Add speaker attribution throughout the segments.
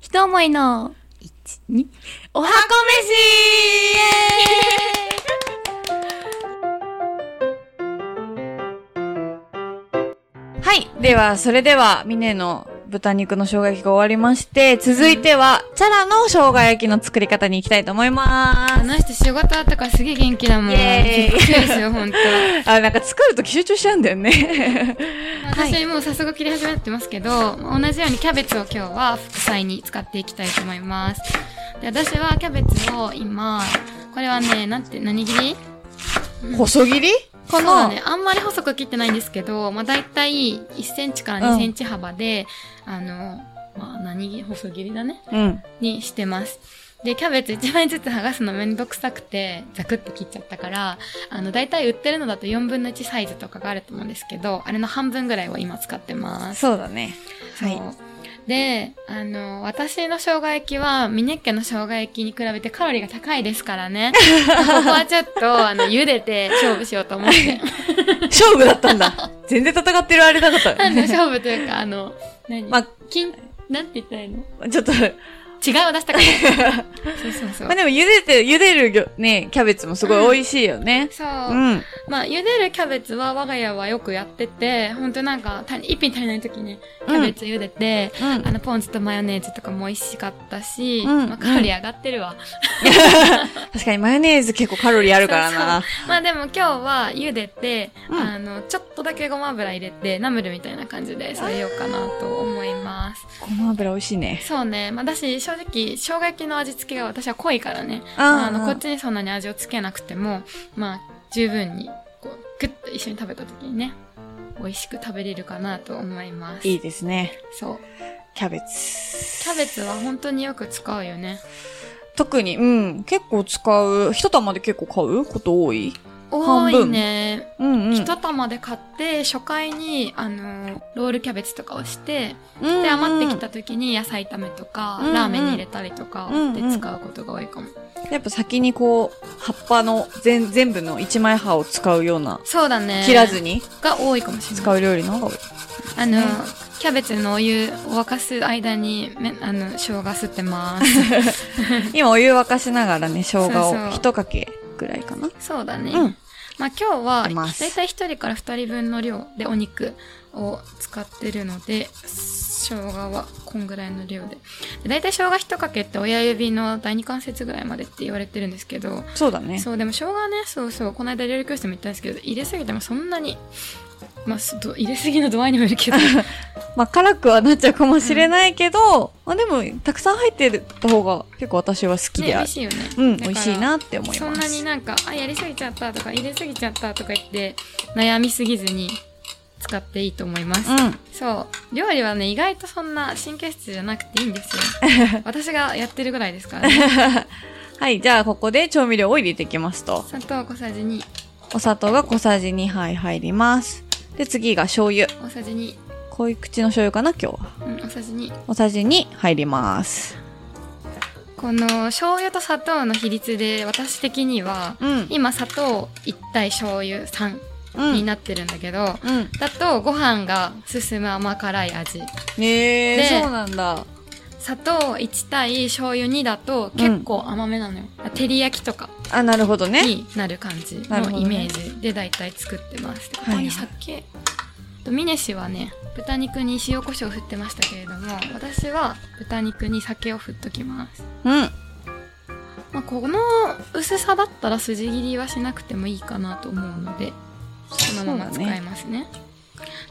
Speaker 1: ひと思いの、1、2、おはこ
Speaker 2: はい。では、それでは、ミネの豚肉の生姜焼きが終わりまして、続いては、チャラの生姜焼きの作り方に行きたいと思いま
Speaker 3: あの人仕事あったからすげえ元気だもん。
Speaker 2: イエーイ
Speaker 3: びっくりですよ、ほんと。
Speaker 2: す。あ、なんか作るとき集中しちゃうんだよね。はい
Speaker 3: 私もう早速切り始めてますけど、同じようにキャベツを今日は副菜に使っていきたいと思います。で、私はキャベツを今、これはね、なんて、何切り
Speaker 2: 細切りこ
Speaker 3: そうだ
Speaker 2: の、
Speaker 3: ね、あんまり細く切ってないんですけど、まあ、大体1センチから2センチ幅で、あの、まあ、何切り細切りだね
Speaker 2: うん。
Speaker 3: にしてます。で、キャベツ1枚ずつ剥がすのめんどくさくて、ザクッと切っちゃったから、あの、大体売ってるのだと4分の1サイズとかがあると思うんですけど、あれの半分ぐらいを今使ってます。
Speaker 2: そうだね。は
Speaker 3: そ
Speaker 2: い。
Speaker 3: う。で、あの、私の生姜焼きは、ミネッケの生姜焼きに比べてカロリーが高いですか らね。ここはちょっと、あの、茹でて勝負しようと思 って。
Speaker 2: 勝負だったんだ。全然戦ってるあれだった。
Speaker 3: なんで勝負というか、あの、何
Speaker 2: まあ、
Speaker 3: 金、なんて言ったらいいの違い
Speaker 2: ちょっと、
Speaker 3: を出した から。そうそうそう
Speaker 2: まあ。でも茹でて、茹でるぎょね、キャベツもすごい美味しいよね。
Speaker 3: そう。
Speaker 2: うん。
Speaker 3: まあ、茹でるキャベツは我が家はよくやってて、ほんとなんか、た一品足りない時にキャベツ茹でて、
Speaker 2: うん
Speaker 3: あ。の、ポン酢とマヨネーズとかも美味しかったし、
Speaker 2: うん
Speaker 3: まあ、カロリー上がってるわ。
Speaker 2: 確かにマヨネーズ結構カロリーあるからな。
Speaker 3: まあでも今日は茹でて、
Speaker 2: うん
Speaker 3: あの、ちょっとだけごま油入れて、ナムルみたいな感じで添えようかなと思います。
Speaker 2: ごま油美味しいね。
Speaker 3: そうね。まあ、だし、正直、生姜焼きの味付けが私は濃いからね。
Speaker 2: うん
Speaker 3: まあ、あの、こっちにそんなに味をつけなくても、まあ、十分に、こう、ぐっと一緒に食べた時にね、美味しく食べれるかなと思います。
Speaker 2: いいですね。
Speaker 3: そう。
Speaker 2: キャベツ。
Speaker 3: キャベツは本当によく使うよね。
Speaker 2: 特に、うん。結構使う。一玉で結構買うこと多い
Speaker 3: 多
Speaker 2: 半分
Speaker 3: いね。
Speaker 2: うんうん。
Speaker 3: 一玉で買って、初回に、あの、ロールキャベツとかをして、
Speaker 2: うんうん
Speaker 3: で、余ってきた時に野菜炒めとか、
Speaker 2: うんうん
Speaker 3: ラーメンに入れたりとか
Speaker 2: うん
Speaker 3: で
Speaker 2: うん
Speaker 3: 使うことが多いかも。
Speaker 2: やっぱ先にこう、葉っぱの全全部の一枚葉を使うような、
Speaker 3: そうだね。
Speaker 2: 切らずに
Speaker 3: が多いかもしれない。
Speaker 2: 使う料理の方が多い。
Speaker 3: あの、
Speaker 2: うん
Speaker 3: キャベツのお湯を沸かす間に、めあの、生姜吸ってます。
Speaker 2: 今お湯沸かしながらね、生姜
Speaker 3: そうそう
Speaker 2: を一かけぐらいかな。
Speaker 3: そうだね。
Speaker 2: うん
Speaker 3: まあ今日は、
Speaker 2: 出ます
Speaker 3: だいたい1人から2人分の量でお肉を使ってるので、生姜はこんぐらいの量で。でだいたい生姜1かけって親指の第二関節ぐらいまでって言われてるんですけど、
Speaker 2: そうだね。
Speaker 3: そう、でも生姜ね、そうそう、この間料理教室も言ったんですけど、入れすぎてもそんなに、まあ、すど入れすぎの度合いにもよる けど、
Speaker 2: まあ辛くはなっちゃうかもしれないけど、まあでも、たくさん入ってた方が結構私は好き
Speaker 3: ね、美
Speaker 2: である。
Speaker 3: 味しいよね。
Speaker 2: うん、
Speaker 3: だ
Speaker 2: 美
Speaker 3: から
Speaker 2: 味しいなって思います。
Speaker 3: そんなになんか、あ、やりすぎちゃったとか、入れすぎちゃったとか言って、悩みすぎずに使っていいと思います。
Speaker 2: うん。
Speaker 3: そう。料理はね、意外とそんな神経質じゃなくていいんですよ。私がやってるぐらいですからね。
Speaker 2: はい、じゃあここで調味料を入れていきますと。
Speaker 3: 砂糖小さじ2、
Speaker 2: お砂糖が小さじ2杯入ります。で、次が醤油。
Speaker 3: 大さじ2、
Speaker 2: 濃い口の醤油かな、今日は。
Speaker 3: うん、大さじ2。
Speaker 2: おさじ2入ります。
Speaker 3: この、醤油と砂糖の比率で、私的には、
Speaker 2: うん。
Speaker 3: 今砂糖1対醤油3
Speaker 2: うん
Speaker 3: になってるんだけど、
Speaker 2: うん。
Speaker 3: だとご飯が進む甘辛い味。
Speaker 2: ねえ、
Speaker 3: で
Speaker 2: そうなんだ。
Speaker 3: 砂糖1対醤油2だと結構甘めなのよ、照り焼きとか
Speaker 2: あ、なるほどね。
Speaker 3: になる感じ
Speaker 2: なるほど
Speaker 3: の
Speaker 2: ね
Speaker 3: イメージで大体作ってます、
Speaker 2: はいはい
Speaker 3: ここに酒とミネシはね豚肉に塩コショウ振ってましたけれども私は豚肉に酒を振っときます、
Speaker 2: うん。
Speaker 3: まあ、この薄さだったら筋切りはしなくてもいいかなと思うのでそのまま使えますね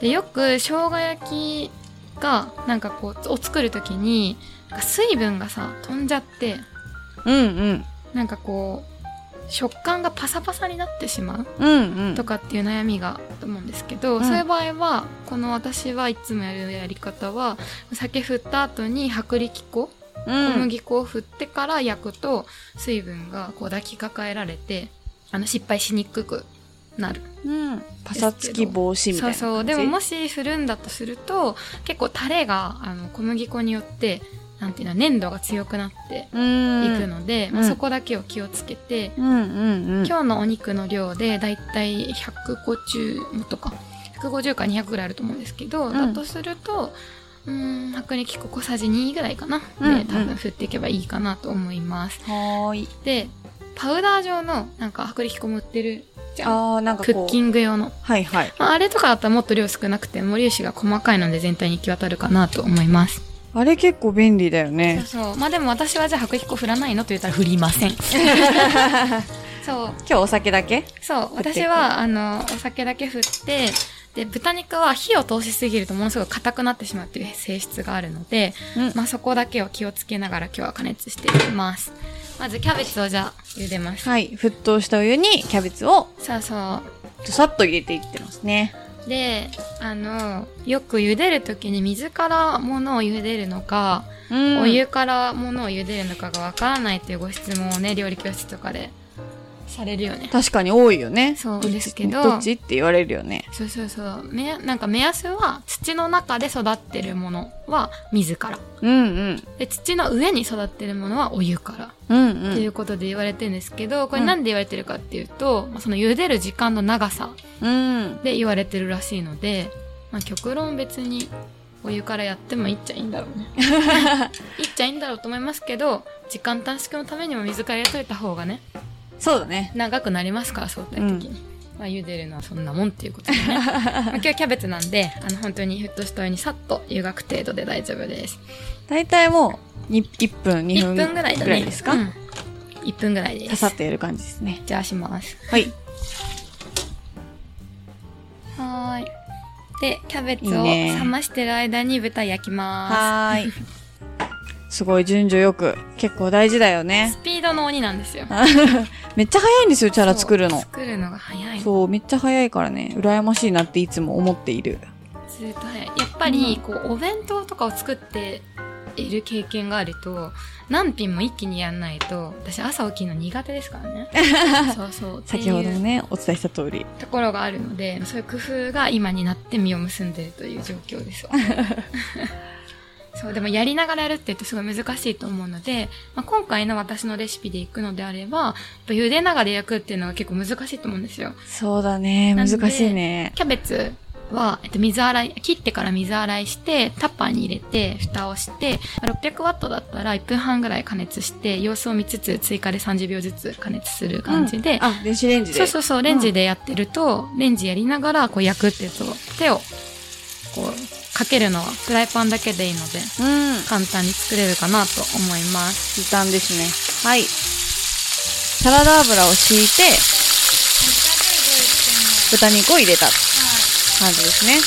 Speaker 3: でよく生姜焼きがなんかこうを作る時に水分がさ飛んじゃって
Speaker 2: うん
Speaker 3: なんかこう食感がパサパサになってしま
Speaker 2: う
Speaker 3: う
Speaker 2: ん。うんうん。
Speaker 3: とかっていう悩みがあると思うんですけど、
Speaker 2: うん
Speaker 3: そういう場合はこの私はいつもやるやり方は酒振った後に薄力粉
Speaker 2: う
Speaker 3: 小
Speaker 2: ん。
Speaker 3: 麦粉を振ってから焼くと水分がこう抱きかかえられてあの失敗しにくくなる
Speaker 2: うん。パサつき防止みた
Speaker 3: そ
Speaker 2: いうな。
Speaker 3: そうでももし振るんだとすると結構タレがあの小麦粉によってなんていうの粘度が強くなって
Speaker 2: うん。
Speaker 3: いくので、まあ
Speaker 2: うん
Speaker 3: そこだけを気をつけて、
Speaker 2: うんうんうん。
Speaker 3: 今日のお肉の量でだいたい150もっとか150か200ぐらいあると思うんですけど、
Speaker 2: ん
Speaker 3: だとするとうん薄力粉小さじ2ぐらいかな、
Speaker 2: うんう
Speaker 3: で
Speaker 2: ん
Speaker 3: 多分振っていけばいいかなと思います
Speaker 2: はーい。
Speaker 3: でパウダー状のなんか薄力粉も売ってるじゃん
Speaker 2: あー、なんかこ
Speaker 3: ク
Speaker 2: う。
Speaker 3: ッキング用の、
Speaker 2: はいはい。
Speaker 3: まあ、あれとかだったらもっと量少なくても粒子が細かいので全体に行き渡るかなと思います
Speaker 2: あれ結構便利だよね。
Speaker 3: そうそうまあでも私はじゃあ白彦振らないのと言ったら振り ませんそう
Speaker 2: 今日お酒だけ
Speaker 3: そう
Speaker 2: 振って
Speaker 3: 私はあのお酒だけ振ってで豚肉は火を通しすぎるとものすごく硬くなってしまうっていう性質があるので、
Speaker 2: うん
Speaker 3: まあ、そこだけを気をつけながら今日は加熱していきますまずキャベツをじゃあ茹でます、
Speaker 2: はい。沸騰したお湯にキャベツを
Speaker 3: そうそ
Speaker 2: どさっと入れていってますね。
Speaker 3: うであのよく茹でる時に水からものを茹でるのか、
Speaker 2: うん
Speaker 3: お湯からものを茹でるのかがわからないっていうご質問をね料理教室とかでされるよね
Speaker 2: 確かに多いよね。
Speaker 3: そう
Speaker 2: どっち
Speaker 3: ですけど
Speaker 2: どっちって言われるよね。
Speaker 3: そうそうそう目やなんか目安は土の中で育ってるものは水から
Speaker 2: うんうん。
Speaker 3: で土の上に育ってるものはお湯から
Speaker 2: うん
Speaker 3: と、
Speaker 2: う
Speaker 3: い
Speaker 2: ん。
Speaker 3: うことで言われてるんですけど
Speaker 2: う
Speaker 3: これ
Speaker 2: ん
Speaker 3: なんで言われてるかっていうと、まあその茹でる時間の長さ
Speaker 2: うん。
Speaker 3: で言われてるらしいので、まあ、極論別にお湯からやってもいいっちゃいいんだろ うねいっちゃいいんだろうと思いますけど時間短縮のためにも水からやっといた方がね
Speaker 2: そうだね。
Speaker 3: 長くなりますから相対的に、まあ茹でるのはそんなもんっていうこと でねまあ今日はキャベツなんであの本当に沸騰したお湯にさっと湯がく程度で大丈夫です
Speaker 2: 大体もう、に1分、2
Speaker 3: 1
Speaker 2: 分
Speaker 3: 分ぐらいだね
Speaker 2: ですか、
Speaker 3: うん、1分ぐらいで
Speaker 2: さ
Speaker 3: す
Speaker 2: さってやる感じですね。
Speaker 3: じゃあします
Speaker 2: はい。
Speaker 3: はーいでキャベツ
Speaker 2: いい
Speaker 3: を
Speaker 2: ね
Speaker 3: 冷ましてる間に豚焼きます
Speaker 2: はーい。 すごい順序よく。結構大事だよね。
Speaker 3: スピードの鬼なんですよ
Speaker 2: めっちゃ早いんですよ、チャラ作るの
Speaker 3: そう。作るのが早いの
Speaker 2: そう、めっちゃ早いからね、羨ましいなっていつも思っている。
Speaker 3: ずっと早いやっぱりこうお弁当とかを作っている経験があると何品も一気にやんないと私朝起きるの苦手ですか らねそうそうっていう
Speaker 2: 先ほどね、お伝えした通り。
Speaker 3: ところがあるのでそういう工夫が今になって実を結んでるという状況です わそうでもやりながらやるって言うとすごい難しいと思うので、まあ、今回の私のレシピでいくのであればやっぱ茹でながら焼くっていうのが結構難しいと思うんですよ
Speaker 2: そうだね、
Speaker 3: な
Speaker 2: 難
Speaker 3: んで
Speaker 2: しいね。
Speaker 3: キャベツは、えっと、水洗い、切ってから水洗いして、タッパーに入れて、蓋をして、600ワットだったら1分半ぐらい加熱して、様子を見つつ、追加で30秒ずつ加熱する感じで、
Speaker 2: あ、電子レンジで。
Speaker 3: そうそうそう、レンジでやってると、レンジやりながら、こう焼くってやつを、手を、こう、かけるのはフライパンだけでいいの
Speaker 2: う
Speaker 3: で、
Speaker 2: ん。
Speaker 3: 簡単に作れるかなと思います。
Speaker 2: 時短ですね。はい。サラダ油を敷いて、豚肉を入れた感じですね。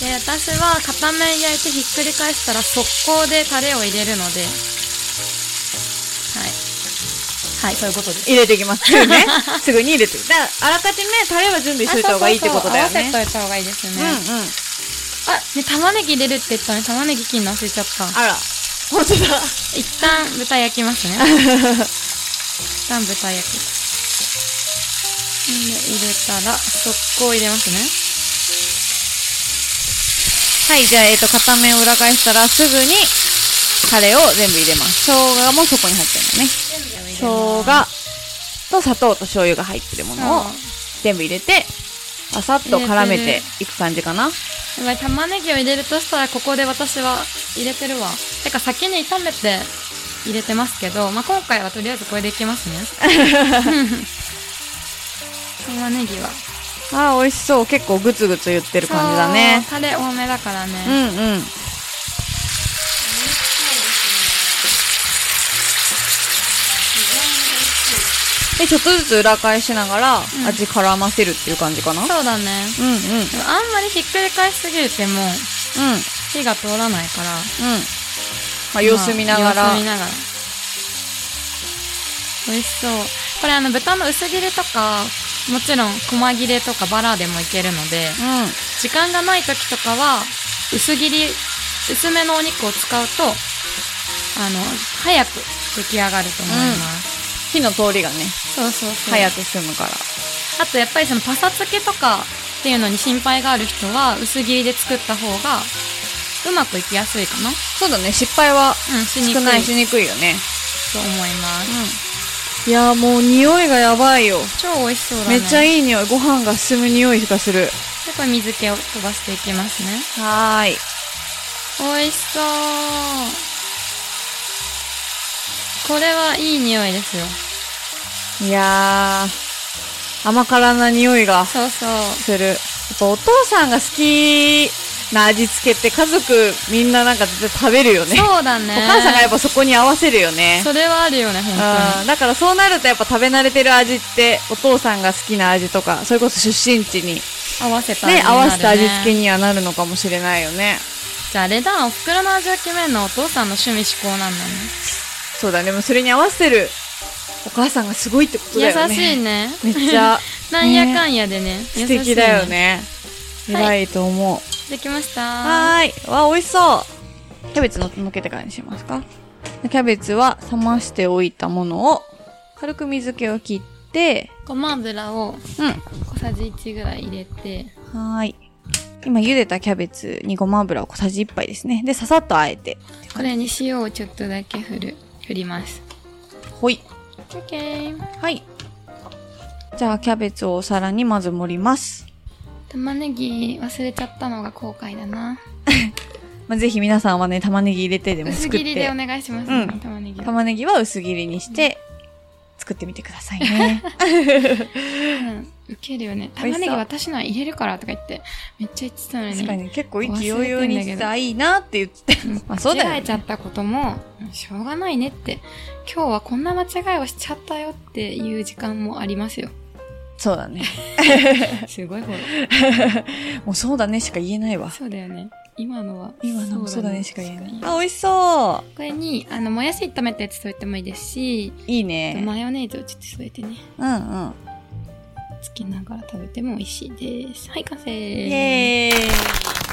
Speaker 3: で私は片面焼いてひっくり返したら速攻でタレを入れるのではいはいそういうことです
Speaker 2: 入れていきます。すぐ ね。すぐに入れて。だからあらかじめタレは準備しといた方がいいってことだよ
Speaker 3: あそうそ
Speaker 2: ね。
Speaker 3: うそう合わせといた方がいいです
Speaker 2: うん
Speaker 3: よね、
Speaker 2: うん。
Speaker 3: あね玉ねぎ入れるって言ったのに玉ねぎ切るの忘れちゃった
Speaker 2: あら。本当だ。
Speaker 3: 一旦豚焼きますね一旦豚焼きで入れたら速攻入れますね
Speaker 2: はい、じゃあ、えっ、と、片面を裏返したら、すぐに、タレを全部入れます。生姜もそこに入ってるのね。生姜と砂糖と醤油が入ってるものを
Speaker 3: そう
Speaker 2: 全部入れて、あさっと絡めていく感じかな。
Speaker 3: やばい玉ねぎを入れるとしたらここで私は入れてるわてか先に炒めて入れてますけど、まあ、今回はとりあえずこれでいき ますね玉ねぎは
Speaker 2: あー、美味しそう。結構グツグツ言ってる感じだね。
Speaker 3: そうタレ多めだからね、
Speaker 2: うんうん。で、ちょっとずつ裏返しながら、
Speaker 3: ん
Speaker 2: 味絡ませるっていう感じかな。うんうん。
Speaker 3: そうだね
Speaker 2: うん。
Speaker 3: でもあんまりひっくり返しすぎるってもう火が通らないから
Speaker 2: うん。まあ、様子見なが
Speaker 3: まあ
Speaker 2: ら
Speaker 3: 様子見。ながら美味しそうこれあの豚の薄切れとかもちろん細切れとかバラでもいけるので、
Speaker 2: うん。
Speaker 3: 時間がない時とかは薄切り薄めのお肉を使うとあの早く出来上がると思います、
Speaker 2: 火の通りがね、
Speaker 3: そうそうそう
Speaker 2: 早く済むから。
Speaker 3: あとやっぱりそのパサつきとかっていうのに心配がある人は薄切りで作った方がうまくいきやすいかな
Speaker 2: そうだね、失敗は
Speaker 3: うんしにく
Speaker 2: 少ない
Speaker 3: い
Speaker 2: しにくいよね。
Speaker 3: と思います、
Speaker 2: いやーもう匂いがやばいよ。
Speaker 3: 超美味しそうだね
Speaker 2: めっちゃ
Speaker 3: い
Speaker 2: いい匂い。ご飯が進む匂いがする。
Speaker 3: これ水気を飛ばしていきますね
Speaker 2: はーい。
Speaker 3: 美味しそうこれはいい匂いですよ
Speaker 2: いやー、甘辛な匂いが
Speaker 3: そうそう
Speaker 2: する。やっぱお父さんが好きな味付けって家族みんななんか絶対食べるよね。
Speaker 3: そうだね
Speaker 2: お母さんがやっぱそこに合わせるよね。
Speaker 3: それはあるよね本
Speaker 2: うんだからそうなるとやっぱ食べ慣れてる味ってお父さんが好きな味とかそれこそ出身地にね
Speaker 3: 当に合わせた味になるね
Speaker 2: 合わせた味付けにはなるのかもしれないよね
Speaker 3: じゃああれだおふくろの味を決めるのはお父さんの趣味嗜好なんだね
Speaker 2: そうだねもうそれに合わせてるお母さんがすごいってことだよ
Speaker 3: 優
Speaker 2: ね
Speaker 3: しいね
Speaker 2: めっちゃ
Speaker 3: なんやかんやでね
Speaker 2: 素敵だよ
Speaker 3: 優しい
Speaker 2: ね偉いと思う、
Speaker 3: できました
Speaker 2: はーい。わ、美味しそう。キャベツののっけてからにしますか。でキャベツは冷ましておいたものを、軽く水気を切って、
Speaker 3: ごま油を
Speaker 2: うん。
Speaker 3: 小さじ1ぐらい入れて
Speaker 2: はーい。今茹でたキャベツにごま油を小さじ1杯ですね。で、ささっとあえて。
Speaker 3: これに塩をちょっとだけ振る振ります
Speaker 2: ほい。
Speaker 3: オッケー
Speaker 2: はい。じゃあ、キャベツをお皿にまず盛ります。
Speaker 3: 玉ねぎ忘れちゃったのが後悔だな
Speaker 2: まあ、ぜひ皆さんはね、玉ねぎ入れてでも
Speaker 3: 薄
Speaker 2: 作っ
Speaker 3: 切りでお
Speaker 2: て、
Speaker 3: 願いしますね、
Speaker 2: うん
Speaker 3: 玉ねぎ
Speaker 2: 玉ねぎは薄切りにして、作ってみてくださいね。
Speaker 3: うんウケるよね
Speaker 2: 美味し
Speaker 3: 玉
Speaker 2: そう
Speaker 3: ねぎ私のは入れるからとか言ってめっちゃ言ってたのに
Speaker 2: 確 かに結構意気
Speaker 3: 忘
Speaker 2: 揚
Speaker 3: れてん
Speaker 2: 々に
Speaker 3: だけど
Speaker 2: 言ってた、あいいなって言ってた。まあそうだよ、
Speaker 3: 間違え
Speaker 2: ね
Speaker 3: ち。ゃったこともしょうがないねって今日はこんな間違いをしちゃったよっていう時間もありますよ
Speaker 2: そうだね。
Speaker 3: すごいほら
Speaker 2: もうそうだねしか言えないわ。
Speaker 3: そうだよね今のは
Speaker 2: 今のもそうだねしか言えない。あ、美味しそ
Speaker 3: これにあのもやし炒めたやつ添えてもいいですし
Speaker 2: う。いいね。
Speaker 3: マヨネーズをちょっと添えてね
Speaker 2: うんうん。
Speaker 3: つけながら食べても美味しいですはい完成
Speaker 2: イエーイ。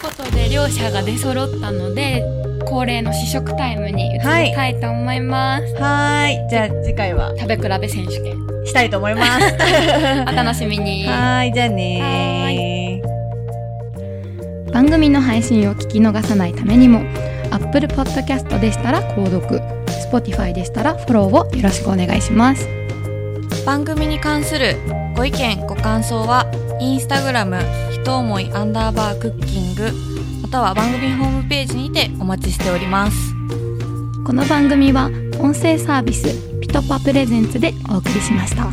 Speaker 3: ということで両者が出揃ったので恒例の試食タイムに移りたいと思います、
Speaker 2: はーい。じゃあ次回は
Speaker 3: 食べ比べ選手権
Speaker 2: したいと思い ます。は
Speaker 3: お楽しみに
Speaker 2: ーい。じゃあね
Speaker 3: は
Speaker 2: ー。
Speaker 3: 番組の配信を聞き逃さないためにも Apple Podcast でしたら購読 Spotify でしたらフォローをよろしくお願いします
Speaker 4: 番組に関するご意見ご感想はインスタグラムひと思いアンダーバークッキングまたは番組ホームページにてお待ちしております
Speaker 3: この番組は音声サービスピトパプレゼンツでお送りしました